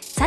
さ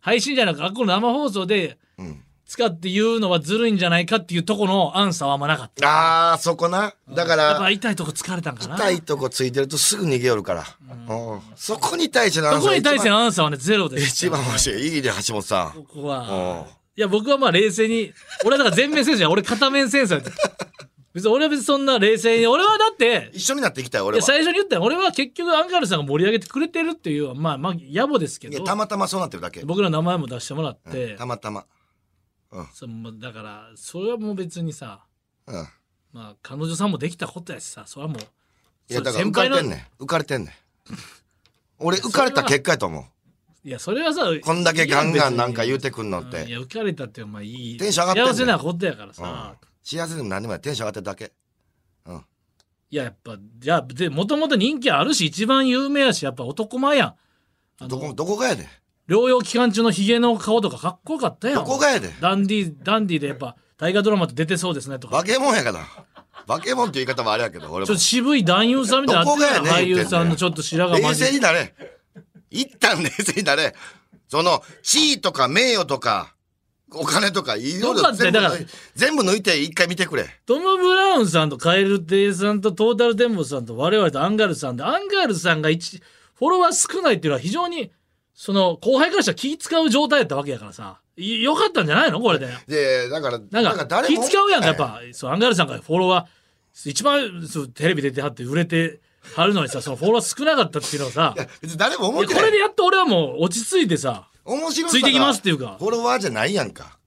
配信じゃなくあこの生放送でうん使って言うのはずるいんじゃないかっていうとこのアンサーはあんまなかったあーそこなだかやっぱら痛いとこ疲れたんかな痛いとこついてるとすぐ逃げよるから、うんそこに対してのアンそサーこがに対して一番のアンサーはねゼロです一番欲しいいいね橋本さんここはうん。いや、僕はまあ冷静に、俺はだから全面センサーじゃん、俺片面センサーやって。別に俺は別にそんな冷静に、俺はだって、一緒になっていきたいい俺やは最初に言ったよ俺は結局アンガールズさんが盛り上げてくれてるっていう、まあまあ野暮ですけいやど、たまたまそうなってるだけ、僕らの名前も出してもらっうんてた、またまそのだから、それはもう別にさ、うんまあ彼女さんもできたことやしさ、それはもう、いやそだから浮かれてんねん浮かれてんねん俺浮かれた結果やと思ういや、それはさ、こんだけガンガンなんか言ううてくんのっいてや、浮かれたって、まあいい、テンション上がってんね幸せなことやからさ、幸せでも何でもないテンション上がってるだけいや、やっぱ、じゃあ、で、もともと人気あるし、一番有名やし、やっぱ男前やん。あのどこどこがやで療養期間中のヒゲの顔とかかっこよかったやん。どこがやでダンディ、ダンディでやっぱ、大河ドラマと出てそうですねとか。バケモンやからバケモンっていう言い方もあれやけど俺ちょっとも渋い男優さんみたいなのあったやんどこがや俳ねん優さんのちょっと白髪冷交静じになれ一旦冷静になれその地位とか名誉とかお金とかいろいよかろった全よ部だか抜らい全部抜いて一回見てくれトム・ブラウンさんとカエル・デイさんとトータル・テンボスさんと我々とアンガールズさんで、アンガールズさんが一、フォロワー少ないっていうのは非常に、その、後輩からしたら気使う状態やったわけやからさ。いよかったんじゃないのこれで。でだからなんか気も使うやんかやっぱそうアンガールズさんからフォロワー一番そうテレビ出てはって売れてはるのにさそのフォロワー少なかったっていうのはさいや別に誰もい思っやてこないれでやっと俺はもう落ち着いてさ面白さがついてきますっていうかフォロワーじゃないやんか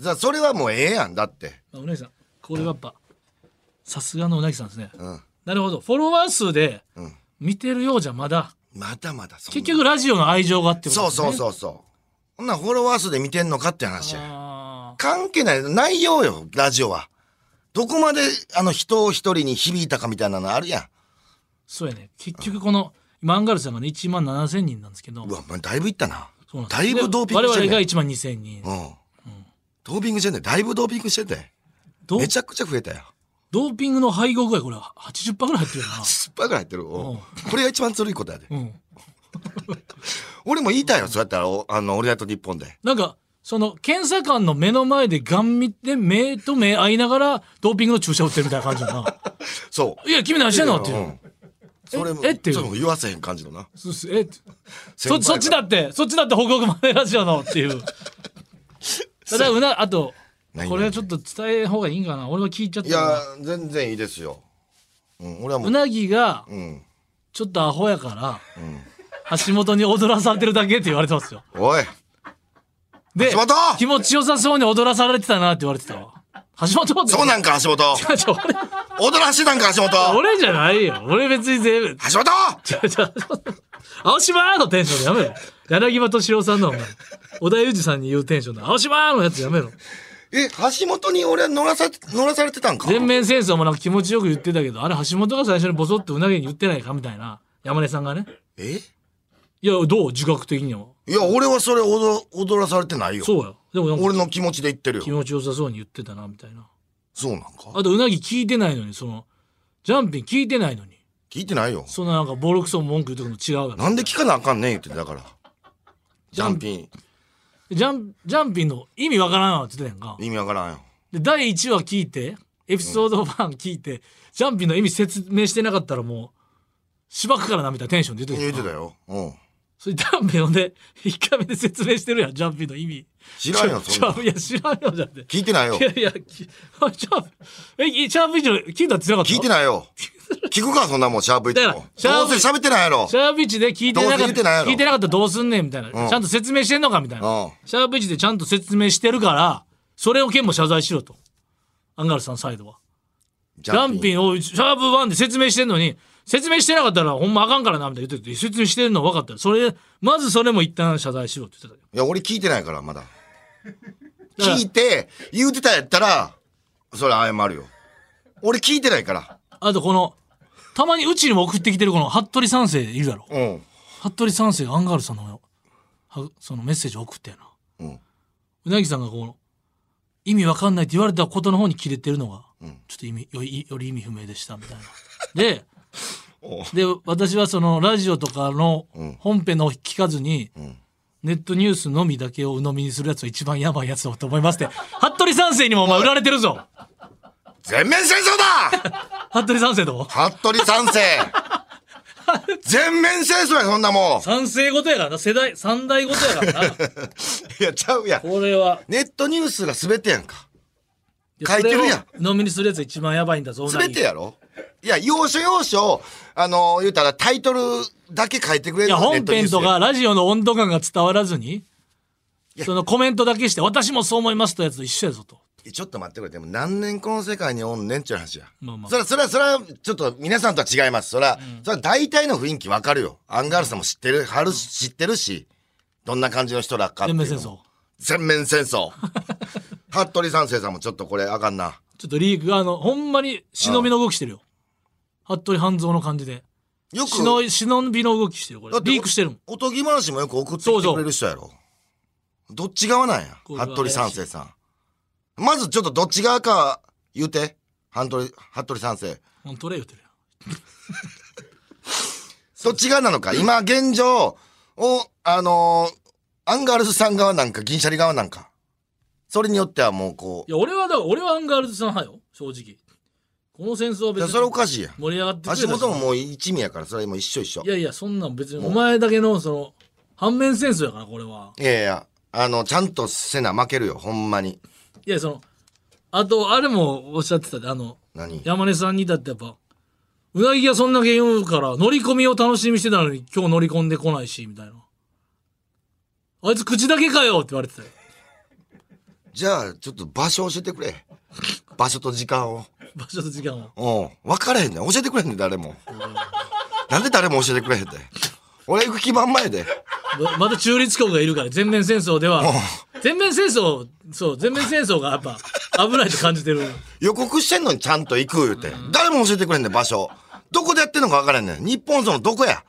じゃあそれはもうええやんだってまあうなぎさんこれはやっぱさすがのうなぎさんですねうんなるほどフォロワー数でうん見てるようじゃまだまだまだそんな結局ラジオの愛情があってこそとうそううそうそうほんならフォロワー数で見てんのかって話やあ関係ない内容よラジオはどこまであの人を一人に響いたかみたいなのあるやーそうやね結局この今アンガールズさんがね1万7000人なんですけどんうわお前だいぶいったなそうなんですだいぶドーピンでグし我て々んがね1万2000人うん、ドーピングしてんねだいぶドーピングしててどうめちゃくちゃ増えたよドーピングの配合具合これ80%ぐらい入ってるよな酸っぱいぐらい入ってる、うんうんこれが一番ずるいことやでうん、俺も言いたいよそうやったらおあの俺だと日本でなんかその検査官の目の前でガン見て目と目合いながらドーピングの注射打ってるみたいな感じだな 「そういや君何してんの?」っていうう。んそれもええっていうそれも言わせへん感じのなそうっすえって先輩そがそっちだってそっちだって報告までラジオのって いうただうなあと何これはちょっと伝えん方がいいんかな俺は聞いちゃっいやた全然いいですよ、うん、俺はもううなぎがうんちょっとアホやから、橋本に踊らされてるだけって言われてますよおいで橋本気持ちよさそうに踊らされてたなって言われてたわ橋本ってそうなんか、橋本。ちょ踊らしてたんか、橋俺本。 俺じゃないよ俺別に全部 橋本ちょちょ青島のテンションでやめろ柳葉敏郎さんのお前織田裕二さんに言うテンションの青島のやつやめろえ、橋本に俺は乗らさ、乗らされてたんか全面戦争もなんか気持ちよく言ってたけどあれ橋本が最初にボソッとうなぎに言ってないかみたいな山根さんがねえいやどう自覚的にはいや、俺はそれ踊踊らされてないよ。そうやでもなんか俺の気持ちで言ってる気よ。持ちよさそうに言ってたなみたいなそうなんかあとうなぎ聞いてないのにそのジャンピン聞いてないのに聞いてないよ。そんななんかボロクソ文句言うとくの違うやろなんで聞かなあかんねん言ってだから。ジャンピン、ジャンジャンピンの意味わからんわって言ってたやんか意味わからんよ。で第1話聞いてエピソード1聞いて、ジャンピンの意味説明してなかったらもうしばくからなみたいなテンションで言って言るってたよ。うん。それジャンピンのね1回目で説明してるやんジャンピンの意味知らんよ、そちんなょん。いや知らんよじゃんって聞いてないよい。やいやきあジャンえいジャンピンの聞いたってなかった聞いてないよ。聞くか、そんなもん、シャープイチだかもら。シャーどプうせ喋ってないやろシ。ャープ1で聞いてどなうかせ言っってないたやろ聞いてなかったらどうすんねんみたいな、うんちゃんと説明してんのかみたいな、うんシャープ1でちゃんと説明してるからそれを県も謝罪しろとアンガールズさんサイドはジジャンピン。ンをシャープ1で説明してんのに説明してなかったらほんまあかんからなみたいな言ってて説明してるの分かったよそれまずそれも一旦謝罪しろって言ってたいや、俺聞いてないから、まだ。 よ聞いて、言うてたやったら、それ謝るよ。俺聞いてないから。あとこのたまにうちにも送ってきてるこの服部三世いるだろうん。服部三世がアンガールズさんのはそのメッセージを送ったよなうん。うなぎさんがこの意味わかんないって言われたことの方に切れてるのが、ちょっと意味よりより意味不明でしたみたいな。でおうで私はそのラジオとかの本編の聞かずに、ネットニュースのみだけを鵜呑みにするやつは一番やばいやつだと思いますって服部三世にもお前売られてるぞ全面戦争だ 服部三世と服部三世 全面戦争や、そんなもん。三世ごとやからな世代三代ごとやか いらなや、ちゃうやん。これはネットニュースが全てやんか。い書いてるやんそれを鵜呑みにするやつは一番やばいんだぞ全てややろいや、要所要所、あの、言うたらタイトルだけ書いてくれるいや本編と。ネットニュースかラジオの温度感が伝わらずにやそのコメントだけして「私もそう思います」とやつと一緒やぞとでちょっと待ってくれ。でも何年この世界におんねんっちゅう話や。まあまあそら、そら、そら、ちょっと皆さんとは違います。そら、そら大体の雰囲気わかるよ。アンガールズさんも知ってる、はる、知ってるし、どんな感じの人らかってい全うのも面戦争。全面戦 争。服部三世さんもちょっとこれあかんな。ちょっとリークあのほんまに忍びの動きしてるよ服部半蔵の感じでよく、忍忍びの動きしてるこれだってリークしてるもんおとぎ話もよく送ってきてくれる人やろ。どっち側なんやこれは服部三世さん。まずちょっとどっち側か言うて。服部、服部三世。もうトレイ言ってるやんどっち側なのか。今現状を、あのーアンガールズさん側なんか、銀シャリ側なんか。それによってはもうこいや俺はだから俺はアンガールズさん派よ正直この戦争はう。い別や、にそれおかしいやん。盛り上がってくれ橋たし本ももう一味やから、それもう一緒一緒い。やいやそんなん別にお前だけのその反面戦争やからこれはいやいや、あの、ちゃんとせな負けるよ、ほんまに。いやそのあとあれもおっしゃってたであの何山根さんにだってやっぱうなぎがそんだけ言うから乗り込みを楽しみにしてたのに今日乗り込んでこないしみたいなあいつ口だけかよって言われてたよ じゃあ、ちょっと場所教えてくれ。場所と時間を。場所と時間をうん。分からへんねん。教えてくれへんねん、誰 も。なんで誰も教えてくれへんって。俺行く気満々やで。ままた中立国がいるから全面戦争ではう全面戦争そう全面戦争がやっぱ危ないと感じてる予告してんのにちゃんと行く言うて。誰も教えてくれへんねん、場所。どこでやってんのか分からへんねん。日本放送のどこや。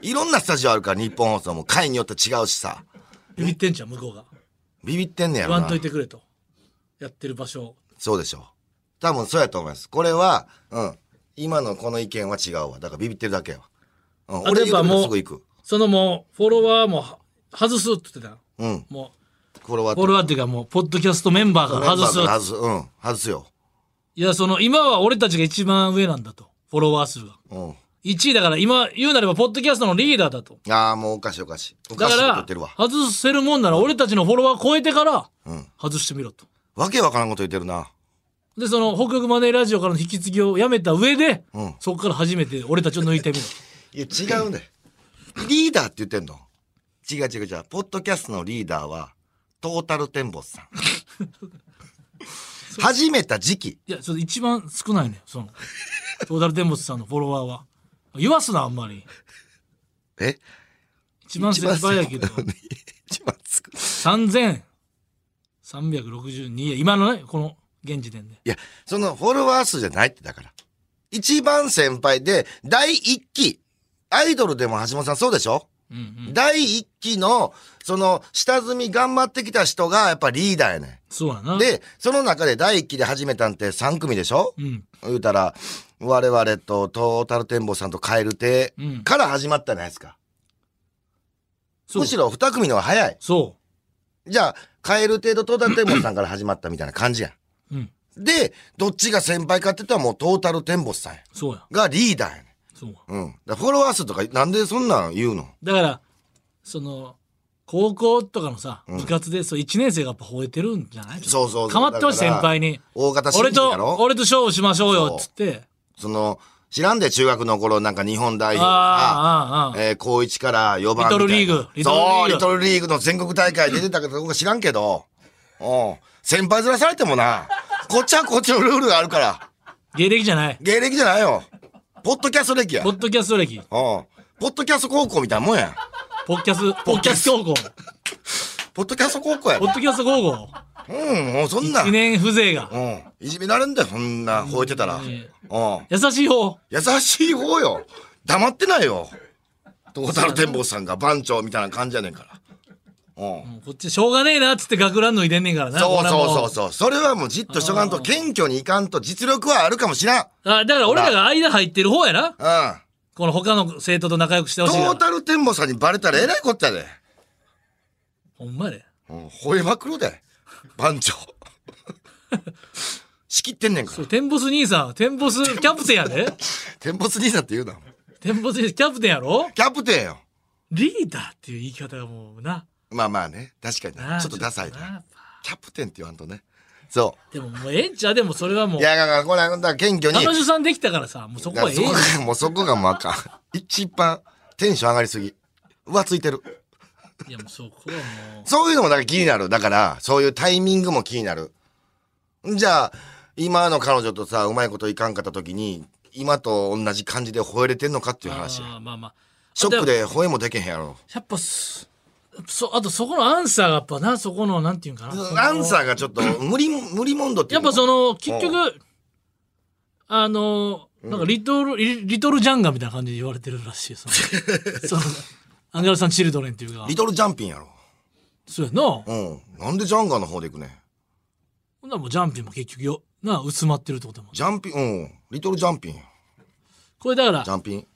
いろんなスタジオあるから、日本放送も回によって違うしさ。ビビってんじゃん向こうがビビってんねやろ言わんなと。いてくれとやってる場所そうでしょう。多分そうやと思います。これは、うん。今のこの意見は違うわ。だからビビってるだけやわ。うん。あと俺やっぱはもうもうすぐ行く。そのもうフォロワーもは外すって言ってたのうん。もこれはうフォロワーっていうかもうポッドキャストメンバーから外す外す。うん。外すよ。いやその今は俺たちが一番上なんだとフォロワー数がうん。 1位だから今言うなればポッドキャストのリーダーだとああ、もうおかしいおかしい。おだかしいこと言かってるらわ。外せるもんなら俺たちのフォロワー超えてからうん。外してみろとわけわからんこと言ってるな。でその北極マネーラジオからの引き継ぎをやめた上で、うんそこから初めて俺たちを抜いてみる いや、違うね。リーダーって言ってんの違う違う違う。ポッドキャストのリーダーは、トータルテンボス さん。始めた時期。いや、ちょっと一番少ないね、その、トータルテンボスさんのフォロワーは。言わすな、あんまり。え一番先輩やけど、一番つく。 3362や、今のね、この、現時点で。いや、そのフォロワー数じゃないってだから。一番先輩で、第一期。アイドルでも橋本さんそうでしょ、うんうん。第一期の、その、下積み頑張ってきた人が、やっぱリーダーやねそうやな。ん。、で、その中で第一期で始めたんって3組でしょうん。言うたら、我々とトータルテンボスさんとカエル亭うん。から始まったじゃないですか。そうむしろ2組の方が早い。そじゃあ、カエル亭とトータルテンボスさんから始まったみたいな感じやう。うん。ん。で、どっちが先輩かって言ったらもうトータルテンボスさんや。そうや。がリーダーやねん。そうや。うん。だからフォロワー数とか、なんでそんなん言うのだから、その、高校とかのさ、部活で、そう、1年生がやっぱ吠えてるんじゃないそうそうそうかまってほしい、だ先から輩に。大型新俺人とやろ俺と勝負しましょうよっつってその、知らんで中学の頃なんか日本代表が、ああああああえー、高一から4番みたいな。リトルリーグリトルリーグそう、リトルリーグの全国大会出てたかどうか知らんけど、うん。先輩ずらされてもな、こっちはこっちのルールがあるから、芸歴じゃない芸歴じゃないよ。ポッドキャスト歴や。ポうん。ッドキャスト歴ポッドキャスト高校みたいなもんや。ポッキャスポッキャス高校ポッドキャスト高校やポ。ッドキャスト高校うん、もうそんな記。念風情うがん。いじめられんだよ、そんな、吠えてたら。ねうん。優しい方優しい方よ黙ってないよトータル展望さんが番長みたいな感じやねんからうんこっちしょうがねえなっつって学ランの入れんねんからなそうそう俺はそもうそうそれはもうじっとしとかんと謙虚にいかんと実力はあるかもしらんあだから俺らが間入ってる方やなうんこの他の生徒と仲良くしてほトしいかーらタル展望さんにバレたらえらいこっちゃで、ほんまでうん、吠えまくるで番 長仕切ってんねんかそらうテンボス兄さんテンボスキャプテン やで天没兄さんって言うなテンボスキャプテンやろキャプテンよリーダーっていう言い方がもうなまあまあね確かにななちょっとダサいちょっとななキャプテンって言わんとねそでももうええんちゃうでもそれはもうういやだからこれは謙虚に彼女さんできたからさもうそこはええそやこんがもうそこがもうあかん一番テンション上がりすぎ浮ついてるいやもうそこはもうそういうのもなんか気になるだからそういうタイミングも気になるじゃあ今の彼女とさうまいこといかんかった時に今と同じ感じで吠えれてんのかっていう話あーまあまあショックで吠えもでけへんやろやっぱすそあとそこのアンサーがやっぱなそこのなんていうんかなそのアンサーがちょっと無理無理モンドっていやうっのぱその結局あのなんかリトル、リリトルジャンガみたいな感じで言われてるらしい そのそのアンガールさんチルドレンっていうかリトルジャンピンやろそうやなほうんなんでジャンガーの方で行くねんならもうジャンピンも結局よな薄まってるってこともジャンピンうんリトルジャンピンやこれだからジャンピン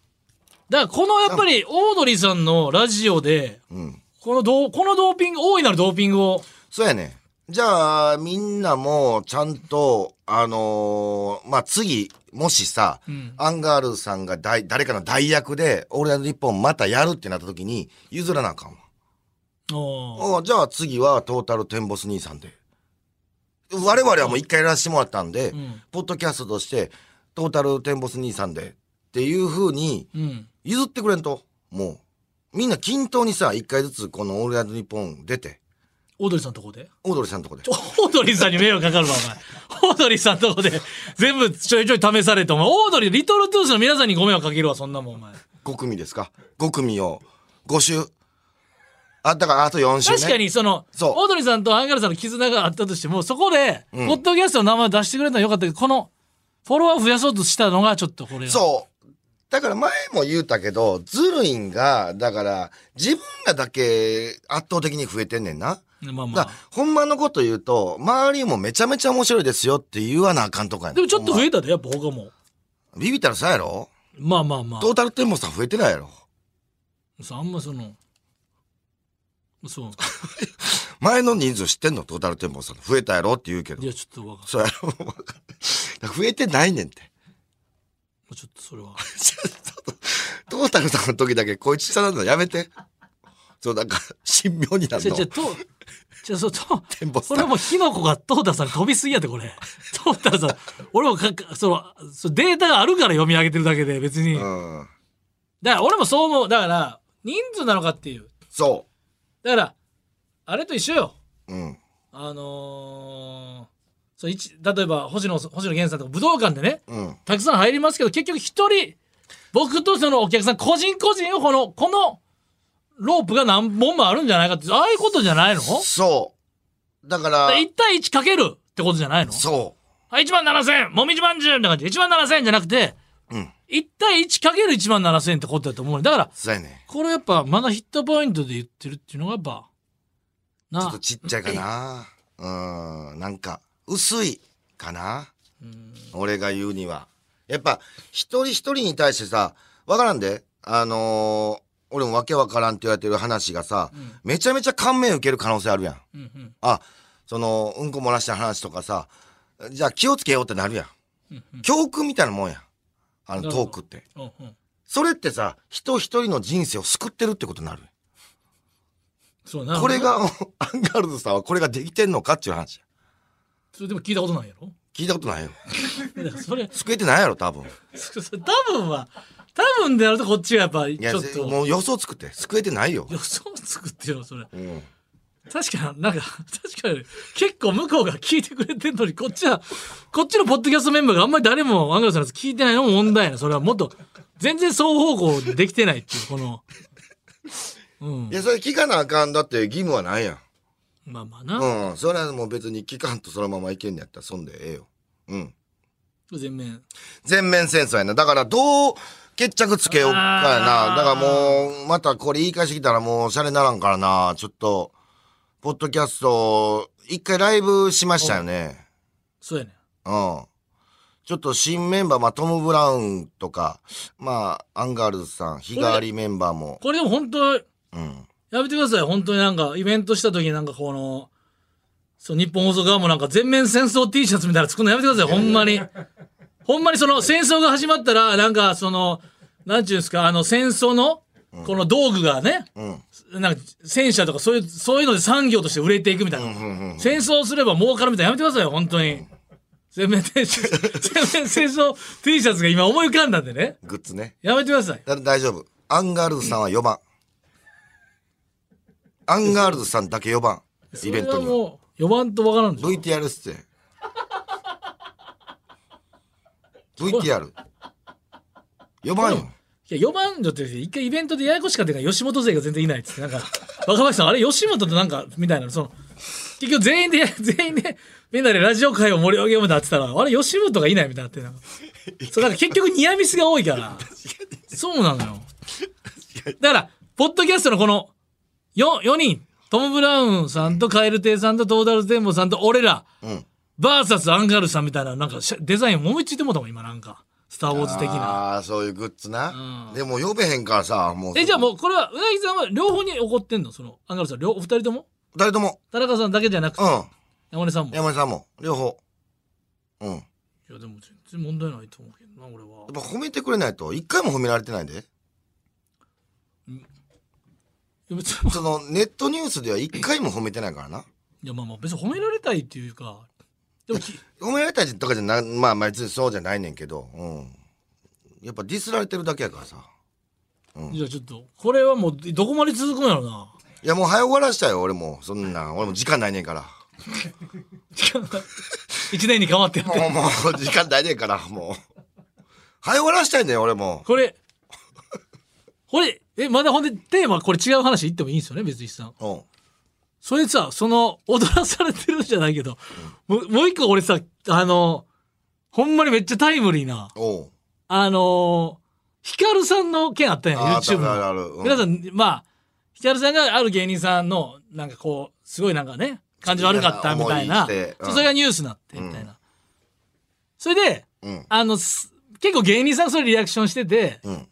だからこのやっぱりオードリーさんのラジオでうんこのドーこのドーピング大いなるドーピングをそうやね。じゃあ、みんなも、ちゃんと、あのーまあ、次、もしさ、うんアンガールズさんが大誰かの代役で、俺らの日本またやるってなった時に、譲らなあかんわ。おーああじゃあ次は、トータルテンボス兄さんで。我々はもう一回やらせてもらったんで、うんポッドキャストとして、トータルテンボス兄さんで、っていう風に、うん譲ってくれんと。もう、みんな均等にさ、一回ずつ、このオールナイトニッポン出て、オードリーさんのとこでオードリーさんのとこで。オードリーさんに迷惑かかるわ、お前。オードリーさんのとこで全部ちょいちょい試されて、お前、オードリー、リトルトゥースの皆さんにご迷惑かけるわ、そんなもん、お前。 5組ですか5組を5週あだからあと4週、ね、確かに、その、そうオードリーさんとアンガールズさんの絆があったとしても、そこで、ポんッドキャストの名前出してくれたのはよかったけど、この、フォロワー増やそうとしたのが、ちょっとこれは。そうだから前も言うたけどズルインがだから自分らだけ圧倒的に増えてんねんなまあまだかあら。ほんまのこと言うと周りもめちゃめちゃ面白いですよって言わなあかんとかやねんでもちょっと増ほんえたで、やっぱ他も。まビビったらさやろまあまあまトータルテンボスさん増えてないやろあ。そうあんまその、そう。前の人数知ってんのトータルテンボスさん増えたやろって言うけどいや、ちょっとわかんなそうやろだから増えてないねんってい。ちょっとそれは。ちょっとトータルさんの時だけこいつ下なんだやめて。そう、なんか、神妙になるじゃのじゃ。と、じゃそうと、テンボスさこんれもう火の粉がトータさんに飛びすぎやでこれ。トータさん、俺もかかそのそのデータがあるから読み上げてるだけで別に。だかうん。ら俺もそう思う。だから人数なのかっていう。そだからあれと一緒よ。う。うん。あのーそう一例えば星野星野源さんとか武道館でね、うん。たくさん入りますけど結局一人僕とそのお客さん個人個人をこのこのロープが何本もあるんじゃないかってああいうことじゃないのそう。だから、 1対1かけるってことじゃないのそあ1万7000もみじまんじゅうみたいな感じ1万7000じゃなくてう。うん。 1対1かける1万7000ってことだと思うねだからそうやね。これやっぱまだヒットポイントで言ってるっていうのがやっぱちょなっとちっちゃいかな。うん。なんか、薄いかな。俺が言うには。やっぱ、一人一人に対してさ、わからんで、あのー俺もわけわからんって言われてる話がさ、めちゃめちゃ感銘受ける可能性あるやん。うんうんあ、その、うんこ漏らした話とかさ、じゃあ気をつけようってなるやうんうんん。教訓みたいなもんやん。あのなるほどトークって。うんうんそれってさ、人一人の人生を救ってるってことになる。そうなこれ が、アンガールズさんはこれができてんのかっていう話や。それでも聞いたことないやろ聞いたことないよ。だからそれ救えてないやろ、多分。そそ多分は多分でやるとこっちがやっぱいちやょっ、ともう予想つくって。救えてないよ。予想つくっていうのそれうん。確かなんか確かに結構向こうが聞いてくれてんのにこっちはこっちのポッドキャストメンバーがあんまり誰もアンガールズのやつ聞いてないのも問題やなそれはもっと全然双方向できてないっていうこのうんいや、それ聞かなあかんだって義務はないやん。まあまあな、うん。それはもう別に聞かんとそのままいけんのやったらそんでええよ。うん。全面全面戦争やな。だからどう決着つけようかやあーな。だからもう、またこれ言い返してきたらもうシャレならんからな。ちょっと、ポッドキャスト、一回ライブしましたよね。そうやねうん。ちょっと新メンバー、まあ、トム・ブラウンとか、まあ、アンガールズさん、日替わりメンバーも。これでも本当うん。やめてください本当になんかイベントした時になんかこのそう日本放送側もなんか全面戦争 T シャツみたいなの作るのやめてくださいほんまにほんまにその戦争が始まったらなんかそのなんちゅうんですかあの戦争のこの道具がね、うん。なんか戦車とかそういうそういうので産業として売れていくみたいな、うんうん。戦争すれば儲かるみたいなのやめてくださいよ本当に全面戦争全面戦争 T シャツが今思い浮かんだんでねグッズね。やめてくださいだ大丈夫。アンガールズさんは4番。アンガールズさんだけ4番。イベントにはそれ。はもう4番とわからんでしょ VTR 出演 VTR 呼ばんよいや、4番女って、一回イベントでややこしかったから、吉本勢が全然いないっつって、なんか、 若林さん、あれ、吉本となんか、みたいな、その、結局全員で、 全員で、みんなでラジオ界を盛り上げようだって言ったら、あれ、吉本がいないみたいになって、なんか、そう、なんか結局ニアミスが多いから、そうなのよ。だから、ポッドキャストのこの、よ、4人、トム・ブラウンさんとカエル亭さんとトータルテンボさんと俺ら、んバーサスアンガールズさんみたいな、なんかしゃ、デザイン思いついてもうたもん、今、なんか、スター・ウォーズ的な。ああそういうグッズな、うんでも呼べへんからさもうえじゃあもうこれはうなぎさんは両方に怒ってんのそのアンガールズさん両お二人とも誰とも田中さんだけじゃなくてうん山根さんもいや山根さんも両方うんやっでも全然問題ないと思うけどな俺はぱ褒めてくれないと一回も褒められてないでいや別にそのネットニュースでは一回も褒めてないからないやまあまあ別に褒められたいっていうかでもき褒められたりとかじゃなまあまあ別にそうじゃないねんけどうんやっぱディスられてるだけやからさじゃあちょっとこれはもうどこまで続くんやろうないやもう早終わらしたよ俺もそんなん俺も時間ないねん から1年に変わってやってもう、もう、時間ないねんから、もう。早終わらしたいんだよ、俺も。これこれえまだほんでテーマこれ違う話言ってもいいんですよね別にさんうん。それさその踊らされてるじゃないけど、もうもう一個俺さあのほんまにめっちゃタイムリーなおう。あのー、ヒカルさんの件あったやん、あー YouTube あるあの。るあるうん皆さん、まあ、ヒカルさんがある芸人さんの、なんかこう、すごいなんかね、感じ悪かったみたいな。思いしてうんそれがニュースになって、みたいな。それで、うん。あの、す結構芸人さんそれリアクションしてて、うん。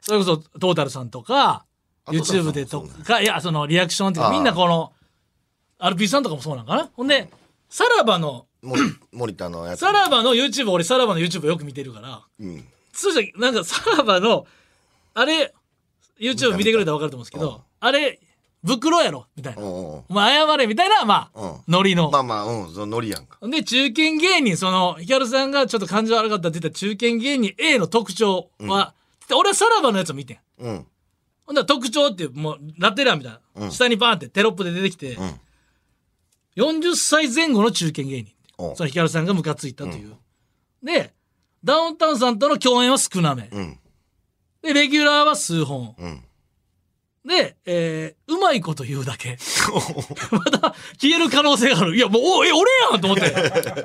それこそトータルさんとか、あトータルさん YouTube もでとそうか、いや、そのリアクションっていうか、あーみんなこの、RP さんとかもそうなんかな。ほんで、さらばの、モリ、モリタのやつ。さらばの YouTube、俺さらばの YouTube よく見てるから、うん。そうじゃなんかさらばのあれ YouTube 見てくれたら分かると思うんですけうんどあれ袋やろみたいな、おうおうお前謝れみたいなまあ、うんノリの、まあまあ、うん、そのノリやんか。で中堅芸人そのヒカルさんがちょっと感じ悪かったって言った中堅芸人 A の特徴は、で俺はさらばのやつを見てんうん。ほんなら特徴っていうもうラテラみたいな、うん下にバーンってテロップで出てきて、 40歳前後の中堅芸人おうそのヒカルさんがムカついたという、でダウンタウンさんとの共演は少なめ、うんでレギュラーは数本うんで、えーうまいこと言うだけ また消える可能性があるいやもうおえ俺やんと思って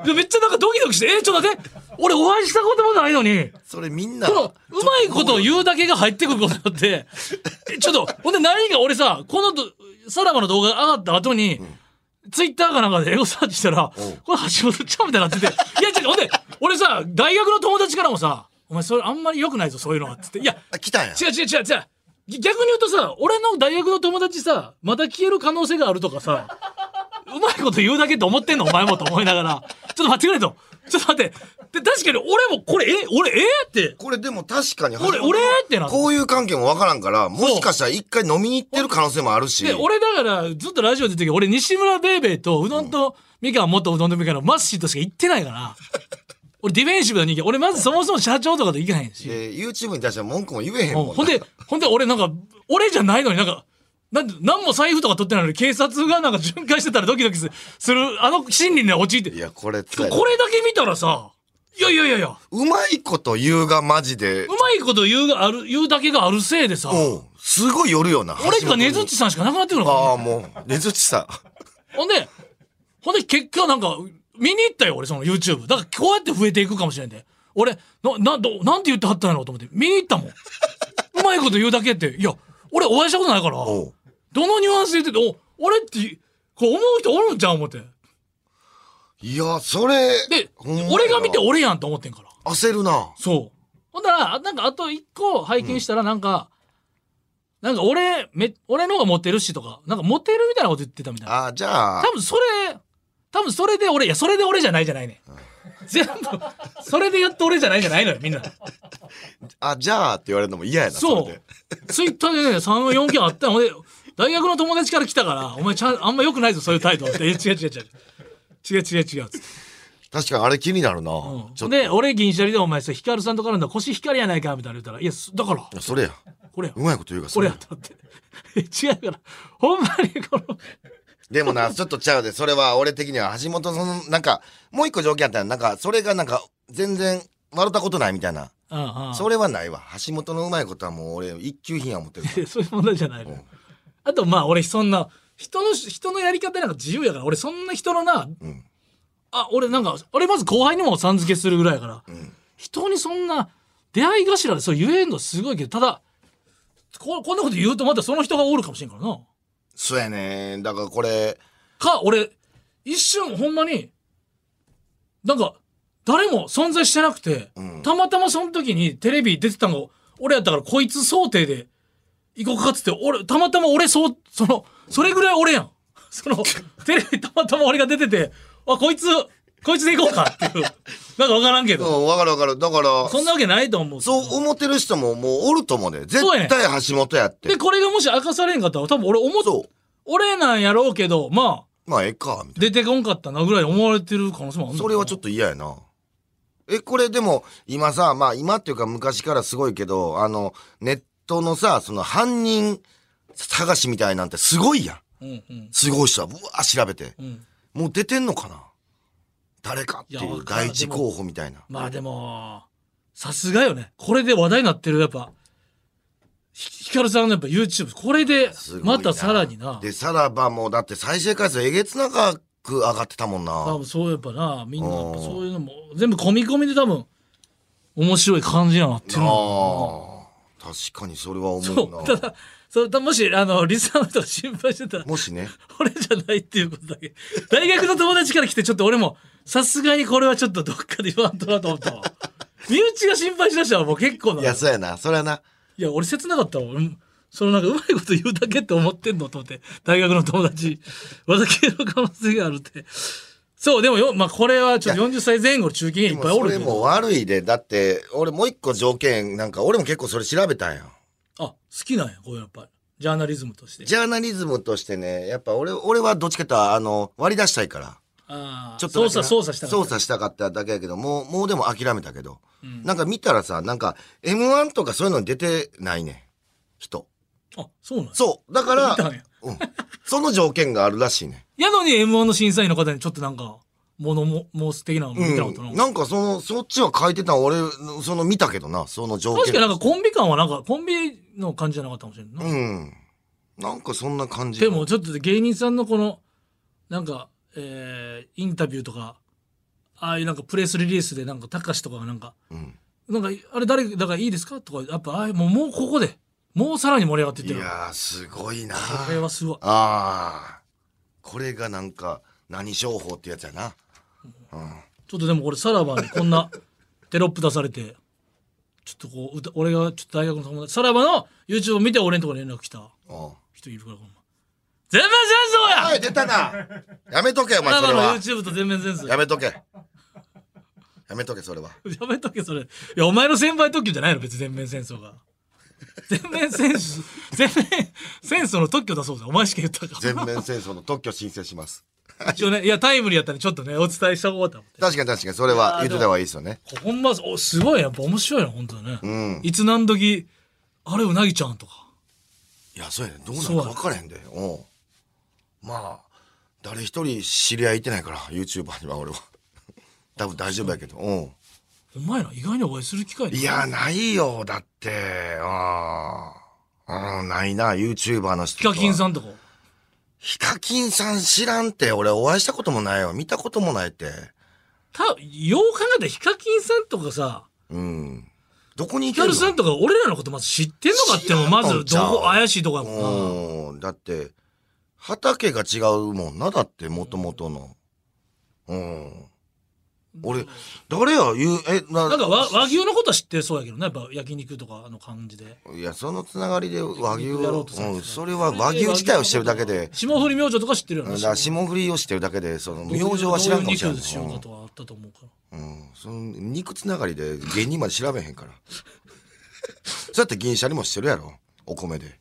でめっちゃなんかドキドキしてえちょっと待って俺お会いしたこともないのにそれみんなこのうまいことを言うだけが入ってくることになって、えちょっと、ほんで何が俺さ、このどさらばの動画上がった後に、ツイッターかなんかでエゴサーチしたら、こうれ橋本ちゃんみたいになってて、いや、ちょっとほんで、俺さ、大学の友達からもさ、お前それあんまり良くないぞ、そういうのは。つって、いや、あ来たんや違う違う違う違う。ぎ逆に言うとさ、俺の大学の友達さ、また消える可能性があるとかさ、うまいこと言うだけって思ってんのお前もと思いながら、ちょっと待ってくれと。ちょっと待って。で、確かに俺もこれ、え、俺、えって、これでも確かに俺俺ってなこういう関係もわからんからもしかしたら一回飲みに行ってる可能性もあるしで俺だからずっとラジオ出てるけど俺西村ベイベーとうどんとみかん元うどんとみかんのマッシーとしか行ってないから俺ディフェンシブな人間俺まずそもそも社長とかと行かへんし、で YouTube に対しては文句も言えへんもんなほんでほんで俺なんか俺じゃないのになんかなんで何も財布とか取ってないのに警察がなんか巡回してたらドキドキするするあの心理に陥っていやこれつこらいれだけ見たらさいやいやいやいやううまいこと言うがマジでまいこと言うがある言うだけがあるせいでさ、うんすごい寄るよな俺か根ねずづっちさんしかなくなってくるのかなああもうねずち さほんで、ほんで結果なんか、見に行ったよ、俺、その YouTube。だからこうやって増えていくかもしれんで。俺、な、な、ど、なんて言ってはったんやろうと思って、見に行ったもん。うまいこと言うだけって、いや、俺お会いしたことないから、おうどのニュアンスで言ってて、お、俺って、こう思う人おるんちゃう思って。いやそれでほんまや、な俺が見て俺やんと思ってんから。焦るなそう。ほんだら、なんかあと一個拝見したら、なんか、なんか俺、め、俺の方がモテるしとか、なんかモテるみたいなこと言ってたみたいな。ああじゃあ多分それ多分それで俺いやそれで俺じゃないじゃないね、全部それでやっと俺じゃないじゃないのよみ んなあじゃあって言われるのも嫌やなそれでうツイッターでね34件あったの俺大学の友達から来たからお前ちゃんあんま良くないぞそういう態度っていや違う違う違う違う違う違うっつって確かにあれ気になるな、うんちょっで俺銀シャリでお前さヒカルさんと絡んだら腰光やないかみたいな言うたらいやそだからとそれやこれやうまいこと言うがそこれれややと思って え違うからほんまにこのでもなちょっ とちゃうでそれは俺的には橋本そのなんかもう一個条件あったらなんかそれがなんか全然笑ったことないみたいなうんうんそれはないわ橋本のうまいことはもう俺一級品や思ってる いやそういう問題じゃないのよ、うんあとまあ俺そんな人の人のやり方なんか自由やから俺そんな人のな、んあ俺なんか俺まず後輩にもさん付けするぐらいやから、ん人にそんな出会い頭でそう言えんのすごいけどただここんなこと言うとまたその人がおるかもしれんからなそうやねだからこれか俺一瞬ほんまになんか誰も存在してなくて、んたまたまその時にテレビ出てたのが俺やったからこいつ想定で行こうかっつって俺たまたま俺そうそのそれぐらい俺やん そのテレビたまたま俺が出ててあこいつこいつで行こうかって いうなんか分からんけうどんわかるわかるだからそんなわけないと思うそう思ってる人ももうおると思うで絶そうやね対橋本やってでこれがもし明かされんかったら多分俺思っそう俺なんやろうけどまあまあええかみたい出てこんかったなぐらい思われてる可能性もあるなそれはちょっと嫌やなえこれでも今さまあ今っていうか昔からすごいけどあのネットのさその犯人探しみたいなんてすごいやんとうんうんすごい人はぶわー調べてうんもう出てんのかな誰かっていいやわうからん第一候補みたいなまあでも、さすがよね。これで話題になってる、やっぱ、ひヒカルさんのやっぱ YouTube、これでごすいなまたさらにな、でさらばもうだって再生回数えげつなく上がってたもん多な分そうやっぱな、みんなやっぱうんそういうのも、全部込み込みで多分、面白い感じにはなってるのああ確かにそれはかな。そ思うう、たなだ、それともし、あの、リスナーの人が心配してたら、もしね俺じゃないっていうことだけ。大学の友達から来て、ちょっと俺も、さすがにこれはちょっとどっかで言わんとなと思ったわ。身内が心配しだしたらもう結構ないやそうやなそれはないや、俺切なかったわ。うんそのなんかうまいこと言うだけって思ってんのと思って、大学の 友達、私の可能性があるって。そう、でもよ、まあこれはちょっと40歳前後の中堅いでっもぱいおそるれけもど。悪いでだって俺もう一個条件なんか俺も結構それ調べたんやあ、好きなんや、こういうやっぱり。ジャーナリズムとして。ジャーナリズムとしてねやっぱ俺俺はどっちかというとあの割り出したいからあちあ、ょっとだ操けな作、操作した操作したかっただけやけどもうもうでも諦めたけど、うんなんか見たらさなんか m 1とかそういうのに出てないねん人あ、そうなんや。そうだから見たんやうん。その条件があるらしいね。やのに M1 の審査員の方にちょっとなんか、物も、もう素敵なの 見たことなうん、なんかそのそっちは書いてたん俺その見たけどなその条件確かになんかコンビ感はなんか、コンビの感じじゃなかったかもしれんな。うんなんかそんな感じでもちょっと芸人さんのこの、なんか、えー、インタビューとか、ああいうなんかプレスリリースでなんか、たかしとかがなんか、うん、なんか、あれ誰、だからいいですかとか、やっぱ、ああいうもう、もうここで、もうさらに盛り上がっていっいてる。こやーすごいなれはすごい。ああこれがなんか何商法ってやつやなちょっとでもこれさらばにこんなテロップ出されて、ちょっとこう、歌俺がちょっと大学の友達、さらばの YouTube を見て俺のとこに連絡来たおう人いるから、ほんま全面戦争おやい出たなやめとけお前さそらればはの YouTube と全面戦争ややめとけやめとけそれ はめとけ、それ。いや、お前の先輩特許じゃないの、別に全面戦争が。全面戦争、 全面戦争の特許だそうだ。お前しか言ったから。全面戦争の特許申請し ます一応ね、いや、タイムリーやったんで、ちょっとね、お伝えしたこうと思って。確かに確かにそれは言ってた方がいいですよねほんま、おすごい、やっぱ面白いな、本当にね。うんいつ何時、あれ、うなぎちゃんとか。いやそうやねどうなそうるやか分からへんでおうまあ誰一人知り合いいてないから YouTuber には 俺は多分大丈夫やけどおうお前ら意外にお会いする機会いやないよだってああないな YouTuber の人ヒカキンんさんとかヒカキンさん知らんって俺お会いしたこともないよ見たこともないってたよう考えたらヒカキンさんとかさうんどこにいヒカルさんとか俺らのことまず知ってんのかっていうのもま知らんずのちゃうどこ怪しいとこやもんなうんだって畑が違うもんなだってもともとのうん俺誰や言うえななんか和和牛のことは知ってそうやけどねやっぱ焼肉とかの感じでいやそのつながりで和牛やろうをとするうんそれは和牛自体をしてるだけで霜降り明星とか知ってるようんねだから霜降りをしてるだけでその明星は知らんかもしれどういう肉しようかないとはあったと思うからうんその肉つながりで芸人まで調べへんから そうやって銀シャリもしてるやろお米で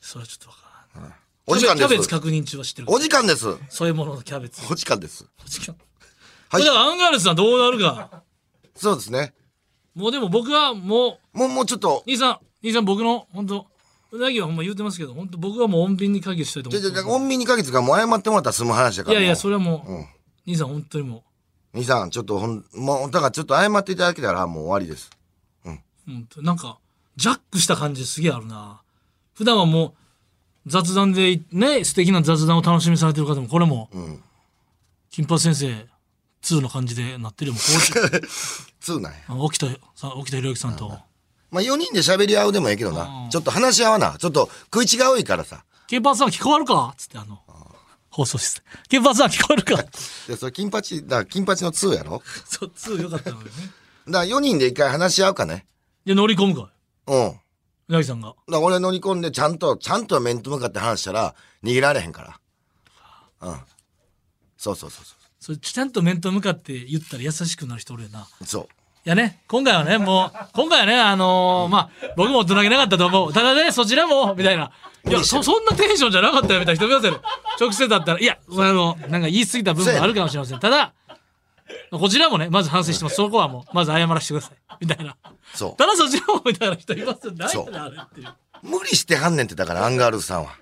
それはちょっとわからんお時間キャでベツす確認中は知ってるかおら時間ですそういうもののキャベツお時間ですお時間はいこれだからアンガールズさんどうなるかそうですねもうでも僕はもうもうもうちょっと兄さん、兄さん、僕の、本当うなぎはほんま言うてますけど、本当僕はもう穏便に解決したいとじ思ゃっじてゃじゃま音民2ヶ月がもう謝ってもらったら済む話だす。かいらやいもや、うそれはもう、うん兄さん、本当にも兄さんちょっとほんもうだからちょっと謝っていただけたらもう終わりですう、本当なんか、ジャックした感じすげえあるな。普段はもう、雑談で、ね、素敵な雑談を楽しみにされてる方も、これも、うん金八先生2の感じでなってるよ。も2なんやうこう起きた、 さ起きたひろゆきさんと、まあ、4人で喋り合うでもええけどな。ちょっと話し合わな。ちょっと食い違ういからさ。金八さん聞こえるかつって、あの、放送室で。金八さん聞こえるかで、それ、金八、だから金八の2やろそう、2よかったのよね。だから4人で一回話し合うかね。 で、乗り込むか。うん。だかうなぎさんが。ら俺乗り込んで、ちゃんと、ちゃんと面と向かって話したら、逃げられへんから。うん。そうそうそうそそれちゃんと面と向かって言ったら優しくなる人おるよな。う。そう。いやね、今回はね、もう、今回はね、あのーまあ、僕も大人げなかったと思う。ただね、そちらも、みたいな。いや、そ、そんなテンションじゃなかったよ、みたいな人見ますよね。直接だったら、いや、あの、なんか言い過ぎた部分もあるかもしれません。ただ、こちらもね、まず反省してます。そこはもう、まず謝らせてください。みたいな。そうただそちらも、みたいな人いますよ。ないそうよな、あれっていう。無理してはんねんって、だから、アンガールズさんは。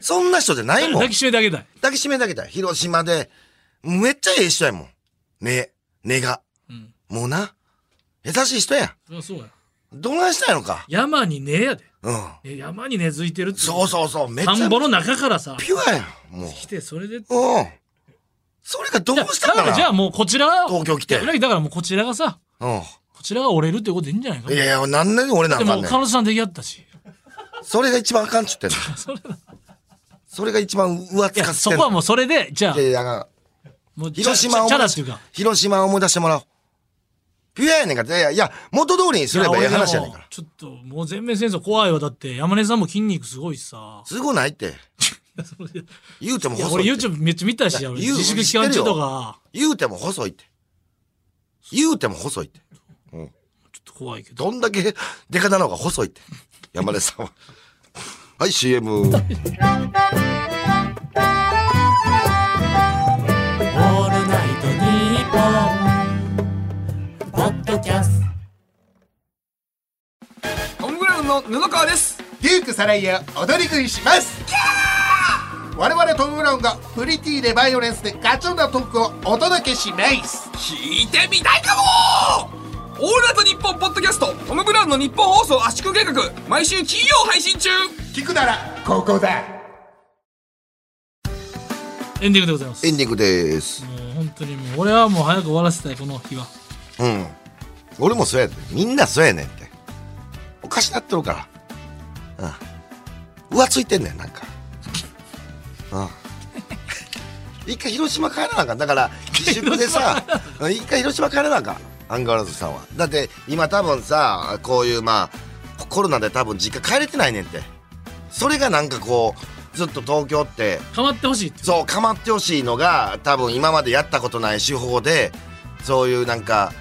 そんな人じゃないもん。抱きしめてあげたい。抱きしめだけだ。広島で、めっちゃええ人やもん。ね、根が。うん。もうな。優しい人や。そりゃそうや。どないしたんやのか。山に根やで。うん。ね山に根付いてるっていそうう。そうそう、めっちゃ田んぼの中からさ、ピュアやん、もう。来て、それでうん。それがどうだしたんだからな。じゃあもうこちらは東京来ていやだからもうこちらがさうこちらが折れるってことでいいんじゃないかん。いやいや、なんで俺なんでかあもんね彼ん。女さん出来合ったしそれが一番あかんっちゅってんの。それ だそれが一番上いつやかせそてんこはの。もうそれでじゃあいやいや、なんかもうちゃ広島をちゃ思ちい出ゃだっていしうか広島を思い出してもらおう。ピュアやねんから。いやいや、元通りにすればええいや話やね俺でんもから。ちょっともう全面戦争怖いわだって山根さんも筋肉すごいしさすごない って。いやそれい言うてもや細俺いって。 YouTube めっちゃ見たしいや俺言う自粛期間中とか言うても細いって。言うても細いって。ちょっと怖いけどどんだけデカなのが細いって。山根さんは。はい、CM。オールナイトニッポン」ポッドキャストトム・ブラウンの布川ですデュークサライヤ踊り食いします我々トム・ブラウンがプリティでバイオレンスでガチョンなトークをお届けします聞いてみたいかもオールナイトニッポンポッドキャストトム・ブラウンの日本放送圧縮計画毎週金曜配信中聞くならここだエンディングでございますエンディングです。もう本当にもう俺はもう早く終わらせたいこの日はうん。俺もそうやで。みんなそうやねんって。おかしなってるから。うん。浮ついてんねん、なんか。うん。一回広島帰らなあかん。だから、自粛でさ、一回広島帰らなあかん。アンガールズさんは。だって、今多分さ、こういうまあ、コロナで多分実家帰れてないねんって。それがなんかこう、ずっと東京って、変わってほしいってそう構ってほしいのが多分今までやったことない手法でそういうなんか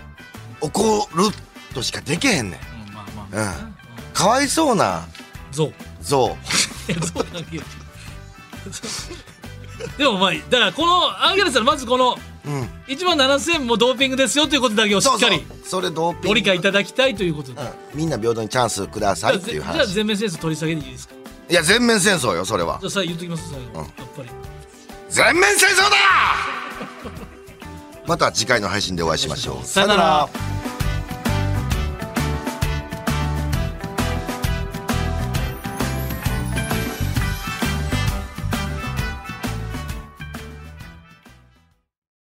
怒るとしかできへんねんいう、うん、まあまあ、まあうんかわいそうなゾウ像えそうなんやでもまあだからこのアンゲルさんまずこのうん1万7000もドーピングですよということだけをしっかりそうそうそれドーピングご理解いただきたいということで、うんみんな平等にチャンスくださいっていうじゃあ話全面戦争取り下げていいですかいや全面戦争よそれはじゃあさ言っときます最後、うんやっぱり全 面戦争だまた次回の配信でお会いしましょうさよなら